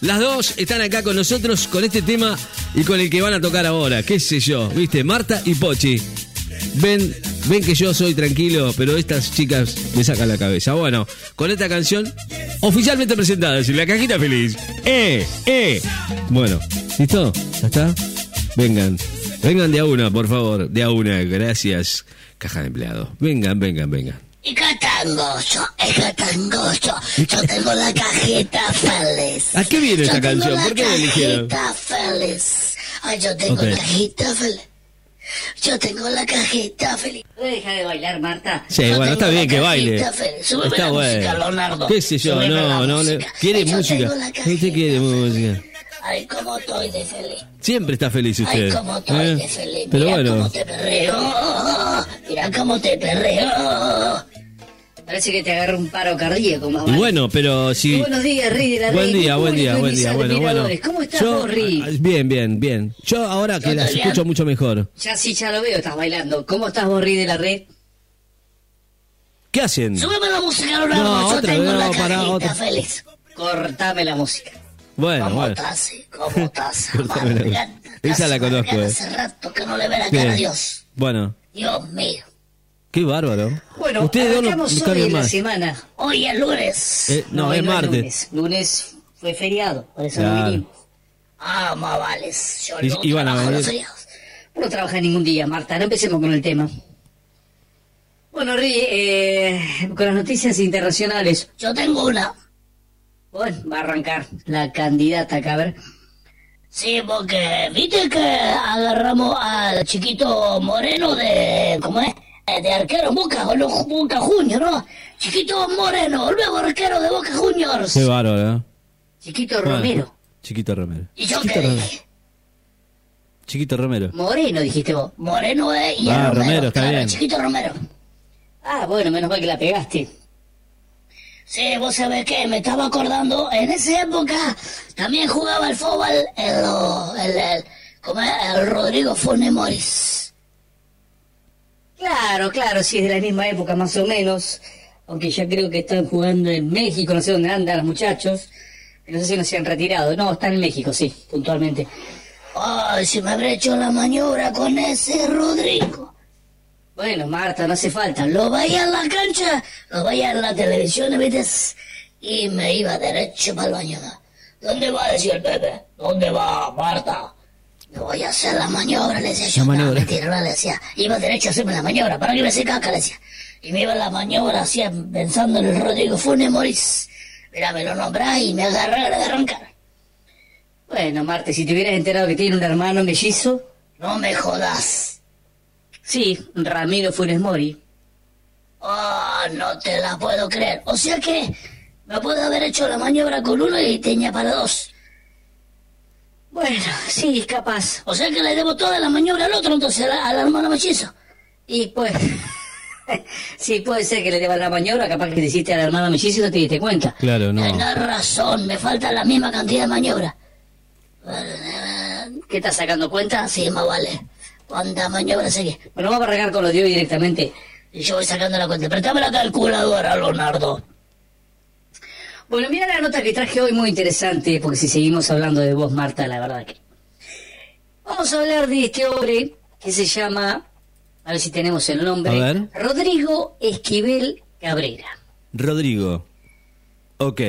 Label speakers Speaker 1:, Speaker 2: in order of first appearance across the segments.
Speaker 1: Las dos están acá con nosotros con este tema y con el que van a tocar ahora, qué sé yo, viste, Marta y Pochi. Ven, ven que yo soy tranquilo, pero estas chicas me sacan la cabeza. Bueno, con esta canción oficialmente presentada, en la cajita feliz. ¡Eh! ¡Eh! Bueno, ¿listo? ¿Ya está? Vengan. Vengan de a una, por favor. De a una, gracias, caja de empleados. Vengan, vengan, vengan.
Speaker 2: Y catangoso, es catangoso. Yo tengo la cajeta feliz.
Speaker 1: ¿A qué viene esta canción? ¿Por qué la eligieron?
Speaker 2: Cajita feliz. Ay, yo tengo
Speaker 1: Ok.
Speaker 2: la cajita feliz. Yo tengo la cajita feliz.
Speaker 3: Deja de bailar, Marta.
Speaker 1: Sí,
Speaker 2: Yo
Speaker 1: bueno,
Speaker 2: tengo
Speaker 1: está
Speaker 2: la
Speaker 1: bien que
Speaker 2: cajita
Speaker 1: baile.
Speaker 2: feliz. Súbeme
Speaker 1: está
Speaker 2: la
Speaker 1: bueno.
Speaker 2: música, Leonardo.
Speaker 1: ¿Qué sé yo?
Speaker 2: Súbeme
Speaker 1: No,
Speaker 2: la
Speaker 1: no, le-
Speaker 2: música.
Speaker 1: quiere
Speaker 2: Yo
Speaker 1: música.
Speaker 2: tengo la
Speaker 1: Usted
Speaker 2: cajita
Speaker 1: quiere
Speaker 2: feliz.
Speaker 1: música.
Speaker 2: Ay, cómo estoy de feliz.
Speaker 1: Siempre está feliz usted.
Speaker 2: Ay, cómo estoy
Speaker 1: ¿eh?
Speaker 2: de feliz.
Speaker 1: Pero
Speaker 2: Mira
Speaker 1: bueno,
Speaker 2: cómo te perreo. Mira cómo te perreo.
Speaker 3: Parece que te agarra un paro cardíaco, mamá.
Speaker 1: y bueno, pero si.
Speaker 3: Buenos días, Ri de la
Speaker 1: Buen
Speaker 3: Red,
Speaker 1: día, buen día,
Speaker 3: público
Speaker 1: buen
Speaker 3: y
Speaker 1: día.
Speaker 3: mis
Speaker 1: Bueno, bueno.
Speaker 3: admiradores. ¿Cómo estás
Speaker 1: Yo-
Speaker 3: vos, Ri?
Speaker 1: ah, Bien, bien, bien. Yo ahora que las
Speaker 2: estoy bien.
Speaker 1: escucho mucho mejor.
Speaker 3: Ya sí, ya lo veo, estás bailando. ¿Cómo estás vos, Ri de la Red?
Speaker 1: Mm. ¿Qué hacen?
Speaker 2: Súbeme la música, Leonardo.
Speaker 1: No,
Speaker 2: yo
Speaker 1: otra,
Speaker 2: tengo
Speaker 1: no,
Speaker 2: la
Speaker 1: pará,
Speaker 2: cajita
Speaker 1: otra.
Speaker 2: feliz.
Speaker 3: Cortame la música.
Speaker 1: Bueno,
Speaker 2: ¿Cómo
Speaker 1: bueno.
Speaker 2: estás? eh? ¿Cómo estás?
Speaker 1: Cortame la-
Speaker 2: Amargada,
Speaker 1: Esa la
Speaker 2: estás
Speaker 1: conozco,
Speaker 2: amargada
Speaker 1: eh.
Speaker 2: Hace rato que no le ve la
Speaker 1: Bien.
Speaker 2: cara a Dios.
Speaker 1: Bueno,
Speaker 2: Dios mío.
Speaker 1: qué bárbaro.
Speaker 3: Bueno,
Speaker 1: Ustedes dos no-
Speaker 3: arrancamos
Speaker 1: no
Speaker 3: hoy
Speaker 1: cambian
Speaker 3: en la
Speaker 1: más.
Speaker 3: semana.
Speaker 2: Hoy es lunes.
Speaker 1: Eh, no, es
Speaker 3: hoy
Speaker 1: martes.
Speaker 3: Lunes. Lunes fue feriado, por eso
Speaker 1: Claro.
Speaker 3: no vinimos.
Speaker 2: Ah, más vales. Yo
Speaker 1: Y-
Speaker 2: no
Speaker 1: y eh, van a
Speaker 2: trabajo
Speaker 1: venir.
Speaker 2: los feriados.
Speaker 3: No trabaja ningún día, Marta. No empecemos con el tema. Bueno, Ri, eh, con las noticias internacionales.
Speaker 2: Yo tengo una.
Speaker 3: Bueno, va a arrancar la candidata acá, a ver.
Speaker 2: Sí, porque viste que agarramos al chiquito moreno de. ¿Cómo es? Eh, De arquero Boca, o no, Boca Junior, ¿no? Chiquito Moreno, el nuevo arquero de Boca Juniors.
Speaker 1: Qué bárbaro. ¿eh?
Speaker 3: Chiquito
Speaker 1: Bueno,
Speaker 3: Romero.
Speaker 1: Chiquito Romero.
Speaker 2: ¿Y yo
Speaker 1: Chiquito
Speaker 2: qué
Speaker 1: Romero.
Speaker 2: dije?
Speaker 1: Chiquito Romero.
Speaker 3: Moreno, dijiste vos.
Speaker 2: Moreno es y
Speaker 1: Ah,
Speaker 2: el Romero.
Speaker 1: Romero, está
Speaker 2: claro,
Speaker 1: bien.
Speaker 2: Chiquito Romero.
Speaker 3: Ah, bueno, menos mal que la pegaste.
Speaker 2: Sí, vos sabés que me estaba acordando, en esa época también jugaba el fútbol el, oh, el, el- ¿cómo es? El Rodrigo Funes Moris.
Speaker 3: Claro, claro, sí, es de la misma época más o menos. Aunque ya creo que están jugando en México, no sé dónde andan los muchachos. No sé si no se han retirado. No, están en México, sí, puntualmente.
Speaker 2: Ay, si me habré hecho la maniobra con ese Rodrigo.
Speaker 3: Bueno, Marta, no hace falta. Lo...
Speaker 2: Lo veía en la cancha, lo veía en la televisión, ¿viste? Y me iba derecho para el baño. ¿Dónde va? Decía el Pepe. ¿Dónde va, Marta? Me voy a hacer la maniobra, le decía yo.
Speaker 1: La maniobra.
Speaker 2: No, mentira, no le decía. Iba derecho a hacerme la maniobra, para que me se caca, le decía. Y me iba la maniobra así, pensando en el Rodrigo Funes Morís. Mira, me lo nombrás y me agarré la arrancar.
Speaker 3: Bueno, Marta, si te hubieras enterado que tiene un hermano mellizo.
Speaker 2: No me jodas.
Speaker 3: Sí, Ramiro Funes Mori.
Speaker 2: Oh, no te la puedo creer. O sea que me puedo haber hecho la maniobra con uno y tenía para dos.
Speaker 3: Bueno, sí, capaz.
Speaker 2: O sea que le debo toda la maniobra al otro, entonces, al, al hermano mellizo.
Speaker 3: Y pues. sí, puede ser que le deba la maniobra, capaz que le hiciste a la hermana mellizo y no te diste cuenta.
Speaker 1: Claro, no.
Speaker 2: Tenés razón, me falta la misma cantidad de maniobra.
Speaker 3: ¿Qué estás sacando cuenta?
Speaker 2: Así más vale. ¿Cuántas maniobras seguí?
Speaker 3: Bueno, vamos a arrancar con los de hoy directamente.
Speaker 2: Y yo voy sacando la cuenta. Préstame la calculadora, Leonardo.
Speaker 3: Bueno, mira la nota que traje hoy, muy interesante, porque si seguimos hablando de vos, Marta, la verdad que. Vamos a hablar de este hombre que se llama, a ver si tenemos el nombre,
Speaker 1: A ver.
Speaker 3: Rodrigo Esquivel Cabrera,
Speaker 1: Rodrigo. Ok.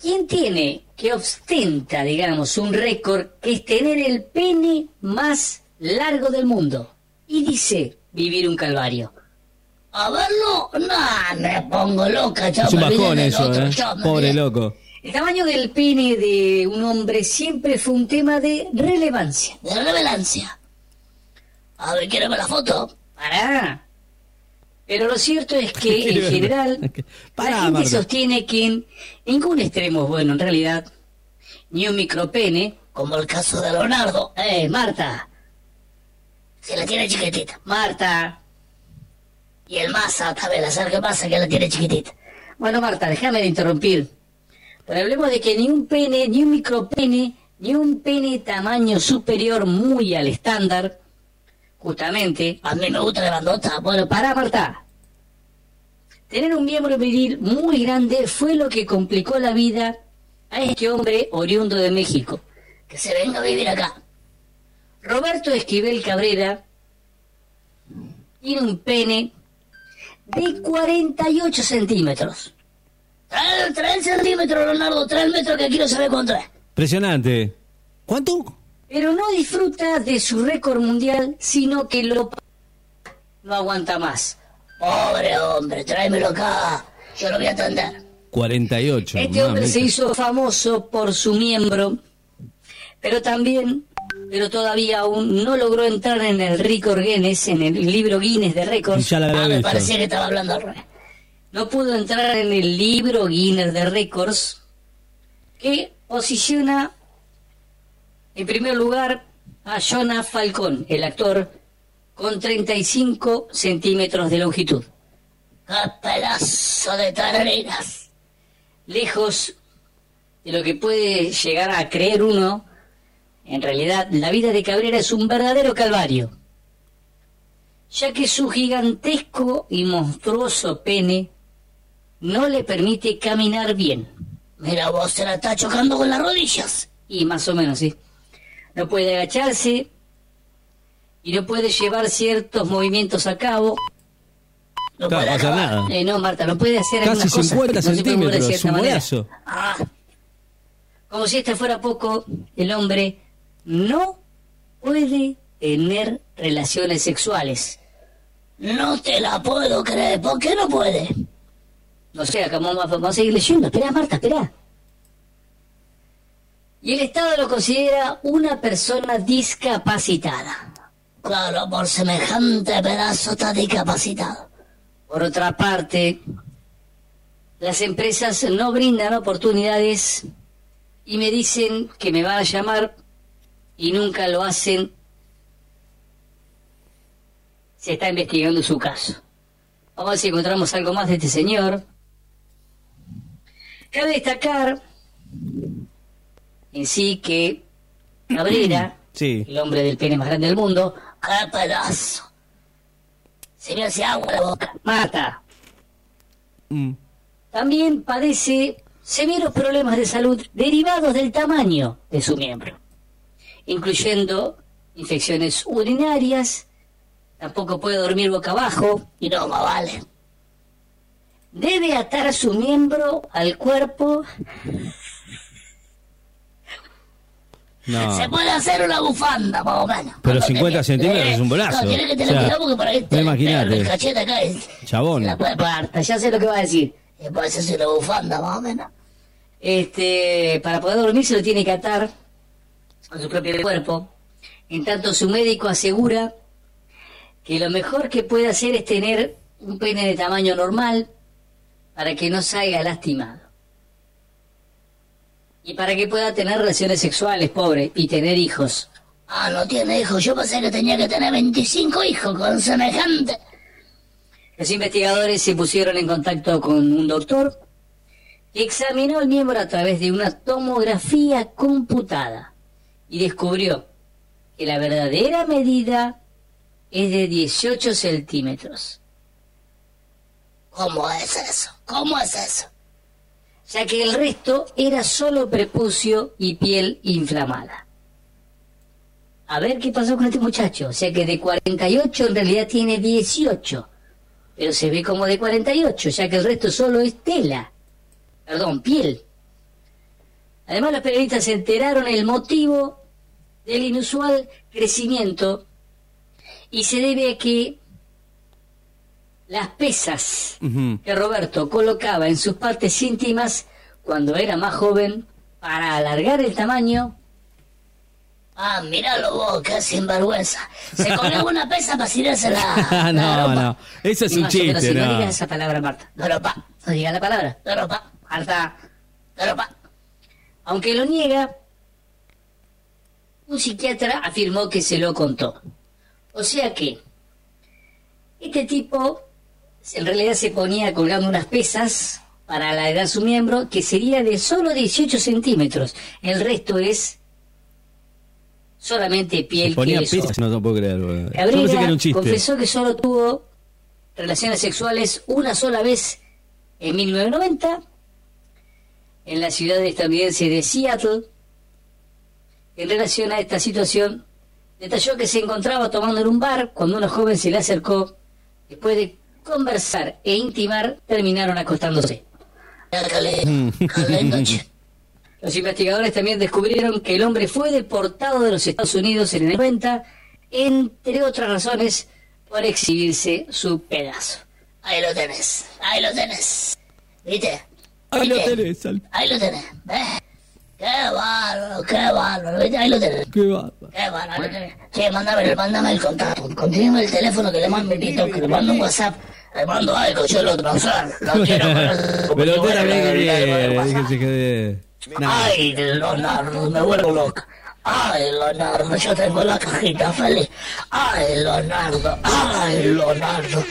Speaker 3: quien tiene que ostenta, digamos, un récord que es tener el pene más largo del mundo. Y dice vivir un calvario.
Speaker 2: A verlo, no, me pongo loca, yo
Speaker 1: Es un
Speaker 2: me olvidé
Speaker 1: bajón
Speaker 2: del
Speaker 1: eso,
Speaker 2: otro,
Speaker 1: ¿eh?
Speaker 2: yo me
Speaker 1: Pobre
Speaker 2: olvidé.
Speaker 1: loco.
Speaker 3: El tamaño del pene de un hombre siempre fue un tema de relevancia.
Speaker 2: De la revelancia. A ver, ¿quiere ver la foto?
Speaker 3: Pará. Pero lo cierto es que en general
Speaker 1: Pará,
Speaker 3: la gente
Speaker 1: Marta.
Speaker 3: sostiene que en- ningún extremo es bueno en realidad, ni un micropene.
Speaker 2: Como el caso de Leonardo.
Speaker 3: Eh, Marta,
Speaker 2: Se la tiene chiquitita.
Speaker 3: Marta.
Speaker 2: Y el masa, también, ¿sabes qué pasa? Que la tiene chiquitita.
Speaker 3: Bueno, Marta, déjame de interrumpir. Pero hablemos de que ni un pene, ni un micropene, ni un pene tamaño superior muy al estándar, justamente,
Speaker 2: A mí me gusta la bandota. Bueno, pa-
Speaker 3: Para Marta. Tener un miembro viril muy grande fue lo que complicó la vida a este hombre oriundo de México,
Speaker 2: Que se venga a vivir acá.
Speaker 3: Roberto Esquivel Cabrera tiene un pene de 48 centímetros.
Speaker 2: Trae, trae el centímetro, Eh, Leonardo, trae el metro que quiero saber cuánto es.
Speaker 1: Impresionante.
Speaker 4: ¿Cuánto?
Speaker 3: Pero no disfruta de su récord mundial, sino que lo pa- no aguanta más.
Speaker 2: Pobre hombre, tráemelo acá. Yo lo voy a atender.
Speaker 1: 48.
Speaker 3: Este hombre
Speaker 1: mamita.
Speaker 3: se hizo famoso por su miembro, pero también, pero todavía aún no logró entrar en el récord Guinness, en el libro Guinness de
Speaker 4: Y
Speaker 3: récords.
Speaker 4: ya la
Speaker 2: Ah,
Speaker 4: habrá
Speaker 2: me
Speaker 4: visto.
Speaker 2: parecía que estaba hablando al revés.
Speaker 3: no pudo entrar en el libro Guinness de Records, que posiciona en primer lugar a Jonah Falcón, el actor, con 35 centímetros de longitud.
Speaker 2: ¡Qué pedazo de tararinas!
Speaker 3: Lejos de lo que puede llegar a creer uno, en realidad la vida de Cabrera es un verdadero calvario, ya que su gigantesco y monstruoso pene no le permite caminar bien.
Speaker 2: Mira, vos se la está chocando con las rodillas.
Speaker 3: Y más o menos, sí. No puede agacharse y no puede llevar ciertos movimientos a cabo.
Speaker 2: No
Speaker 4: Claro,
Speaker 2: puede
Speaker 4: no pasa
Speaker 2: acabar.
Speaker 4: nada.
Speaker 3: Eh, no, Marta, no puede hacer
Speaker 4: Casi
Speaker 3: algunas cosas
Speaker 4: 50
Speaker 3: que no se pueden mover de
Speaker 4: centímetros,
Speaker 3: cierta
Speaker 4: un
Speaker 3: manera.
Speaker 4: brazo.
Speaker 2: Ah,
Speaker 3: Como si este fuera poco, el hombre no puede tener relaciones sexuales.
Speaker 2: no te la puedo creer. ¿Por qué no puede?
Speaker 3: No sé, acá vamos, a- vamos a seguir leyendo. Esperá, Marta, esperá. Y el Estado lo considera una persona discapacitada.
Speaker 2: Claro, por semejante pedazo está discapacitado.
Speaker 3: Por otra parte, las empresas no brindan oportunidades y me dicen que me van a llamar y nunca lo hacen. Se está investigando su caso. Vamos a ver si encontramos algo más de este señor. Cabe destacar en sí que Cabrera,
Speaker 4: Sí.
Speaker 3: el hombre del pene más grande del mundo, ¡ah,
Speaker 2: ¡Qué pedazo! Se me hace agua la boca.
Speaker 3: mata
Speaker 4: Mm.
Speaker 3: también padece severos problemas de salud derivados del tamaño de su miembro, incluyendo infecciones urinarias, tampoco puede dormir boca abajo,
Speaker 2: Y no, más vale.
Speaker 3: debe atar su miembro al cuerpo,
Speaker 2: Se
Speaker 4: No.
Speaker 2: puede hacer una bufanda, más o menos.
Speaker 4: Ah. Pero
Speaker 2: Cuando
Speaker 4: 50
Speaker 2: tenés-
Speaker 4: centímetros
Speaker 2: eh,
Speaker 4: es un brazo.
Speaker 2: No, tiene que
Speaker 4: O
Speaker 2: tener
Speaker 4: sea,
Speaker 2: cuidado porque por ahí te,
Speaker 4: imaginate.
Speaker 2: te cachete acá y
Speaker 4: Chabón.
Speaker 2: la puede pagar.
Speaker 3: Marta, ya sé lo que va a decir, Eh,
Speaker 2: Y puedes hacer una bufanda, más o menos.
Speaker 3: este, para poder dormir se lo tiene que atar con su propio cuerpo, en tanto su médico asegura que lo mejor que puede hacer es tener un pene de tamaño normal para que no salga lastimado. Y para que pueda tener relaciones sexuales, pobre, y tener hijos.
Speaker 2: Ah, no tiene hijos. Yo pensé que tenía que tener 25 hijos con semejante.
Speaker 3: Los investigadores se pusieron en contacto con un doctor que examinó el miembro a través de una tomografía computada y descubrió que la verdadera medida es de 18 centímetros,
Speaker 2: ¿Cómo es eso? ¿Cómo es eso?
Speaker 3: ya que el resto era solo prepucio y piel inflamada. A ver qué pasó con este muchacho, o sea que de 48 en realidad tiene 18. pero se ve como de 48, ya que el resto solo es tela, perdón, piel. Además, los periodistas se enteraron el motivo del inusual crecimiento y se debe a que las pesas
Speaker 4: Ujú.
Speaker 3: que Roberto colocaba en sus partes íntimas cuando era más joven para alargar el tamaño
Speaker 2: Ah, míralo vos, qué sinvergüenza. Se comió una pesa para tirársela.
Speaker 4: no, no. Eso es
Speaker 3: Y
Speaker 4: un
Speaker 3: más o menos,
Speaker 4: chiste,
Speaker 3: si no
Speaker 4: no.
Speaker 3: digas esa palabra, Marta.
Speaker 2: De ropa,
Speaker 3: No digas la palabra.
Speaker 2: de ropa,
Speaker 3: Marta,
Speaker 2: de ropa.
Speaker 3: Aunque lo niega, un psiquiatra afirmó que se lo contó. O sea que este tipo en realidad se ponía colgando unas pesas para alargar su miembro, que sería de solo 18 centímetros. El resto es solamente piel
Speaker 4: Se ponía
Speaker 3: queso.
Speaker 4: pesas, no, no puedo creer. boludo. Yo
Speaker 3: Cabrera
Speaker 4: pensé que era un chiste.
Speaker 3: confesó que solo tuvo relaciones sexuales una sola vez en 1990 en la ciudad estadounidense de Seattle, en relación a esta situación, detalló que se encontraba tomando en un bar cuando una joven se le acercó. Después de conversar e intimar, terminaron acostándose. Los investigadores también descubrieron que el hombre fue deportado de los Estados Unidos en el 90, entre otras razones, por exhibirse su pedazo.
Speaker 2: Ahí lo tenés, ahí lo tenés. ¿Viste?
Speaker 4: Ahí lo
Speaker 2: ¿Viste?
Speaker 4: tenés, al...
Speaker 2: Ahí lo tenés. ¿Ves? Qué bárbaro, qué bárbaro. ¿Viste? Ahí lo tenés.
Speaker 4: qué bárbaro.
Speaker 2: Qué bárbaro. ahí lo tenés. Che, mandame, mandame el contacto. Consígueme el teléfono que le mando un pito, que le mando un WhatsApp. Le mando algo, yo lo transar. Lo quiero.
Speaker 1: Pero usted también que quiere, déjese joder. Nah,
Speaker 2: Ay, Leonardo, me vuelvo loca. Ay, Leonardo, yo tengo la cajita feliz. Ay, Leonardo, ay, Leonardo.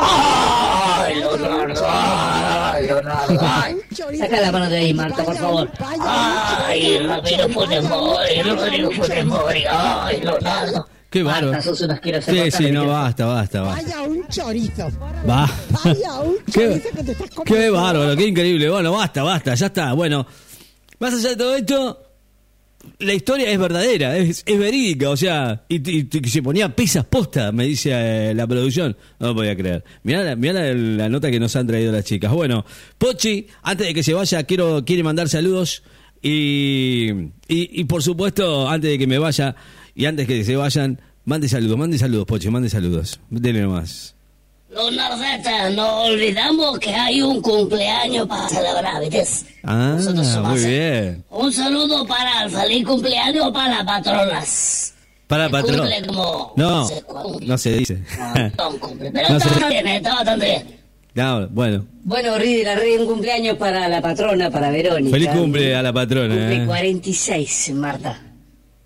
Speaker 2: Ay, Leonardo, ay, Leonardo, ay.
Speaker 3: Saca la mano de ahí, Marta, por favor.
Speaker 2: Ay, Ramiro Funemori, Rodrigo Funemori, ay, Leonardo.
Speaker 1: qué
Speaker 3: Marta,
Speaker 1: bárbaro.
Speaker 3: sos una asquerosa.
Speaker 1: Sí,
Speaker 3: cortame,
Speaker 1: sí, no,
Speaker 3: que-
Speaker 1: basta, basta, basta.
Speaker 5: Vaya un chorizo.
Speaker 1: Va.
Speaker 5: Vaya un
Speaker 1: Qué,
Speaker 5: chorizo que te estás comiendo.
Speaker 1: qué bárbaro, qué increíble. Bueno, basta, basta, ya está. Bueno, más allá de todo esto, la historia es verdadera, es, es verídica. O sea, y, y- y se ponía pesas posta, me dice eh, la producción. No lo podía creer. Mirá, la, mirá la, la nota que nos han traído las chicas. Bueno, Pochi, antes de que se vaya, quiero quiere mandar saludos. Y, y, y, por supuesto, antes de que me vaya y antes que se vayan, mande saludos, mande saludos, Pochi, mande saludos. Dele nomás.
Speaker 2: Leonardeta, no olvidamos que hay un cumpleaños para celebrar, ¿viste?
Speaker 1: Ah,
Speaker 2: Nosotros somos
Speaker 1: muy
Speaker 2: así.
Speaker 1: bien.
Speaker 2: Un saludo para el feliz cumpleaños para las patronas.
Speaker 1: Para
Speaker 2: Que
Speaker 1: patrón.
Speaker 2: cumple como-
Speaker 1: No,
Speaker 2: sé cuánto.
Speaker 1: no se dice.
Speaker 2: Montón cumple, pero
Speaker 1: No
Speaker 2: está
Speaker 1: sé.
Speaker 2: bastante bien, eh, está bastante bien.
Speaker 1: No, bueno,
Speaker 3: Bueno, Ridi, la red un cumpleaños para la patrona, para Verónica.
Speaker 1: feliz cumple a la patrona.
Speaker 3: Cumple
Speaker 1: eh.
Speaker 3: 46, Marta.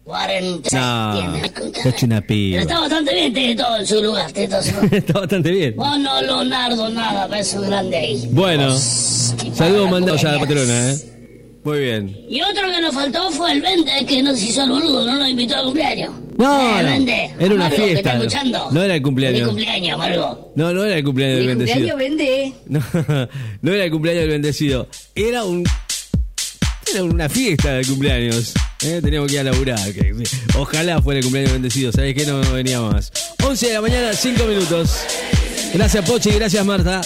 Speaker 2: 46
Speaker 1: No,
Speaker 2: tiene.
Speaker 1: es una
Speaker 2: Pero
Speaker 1: piba.
Speaker 2: está bastante bien, tiene todo en su lugar, tiene todo en su lugar.
Speaker 1: Está bastante bien.
Speaker 2: Vos Oh, no, Leonardo, nada, beso grande ahí.
Speaker 1: Bueno,
Speaker 2: Y para
Speaker 1: saludos
Speaker 2: las
Speaker 1: mandados a la
Speaker 2: cumpleañeras.
Speaker 1: patrona. ¿eh? Muy bien.
Speaker 2: Y otro que nos faltó fue el Vende, que nos hizo el boludo, no nos invitó al cumpleaños.
Speaker 1: No,
Speaker 2: Eh,
Speaker 1: no,
Speaker 2: Vende,
Speaker 1: era una
Speaker 2: Amargo, que
Speaker 1: fiesta,
Speaker 2: está
Speaker 1: no.
Speaker 2: escuchando.
Speaker 1: No era el cumpleaños.
Speaker 2: Mi cumpleaños, Amargo.
Speaker 1: No, no era el cumpleaños
Speaker 3: Mi
Speaker 1: del bendecido.
Speaker 3: cumpleaños vende.
Speaker 1: No, no era el cumpleaños del bendecido. Era un. Era una fiesta de cumpleaños. ¿eh? Teníamos que ir a laburar. que- ojalá fuera el cumpleaños del bendecido. ¿Sabes qué? No venía más. 11 de la mañana, 5 minutos. Gracias, Pochi. Gracias, Marta.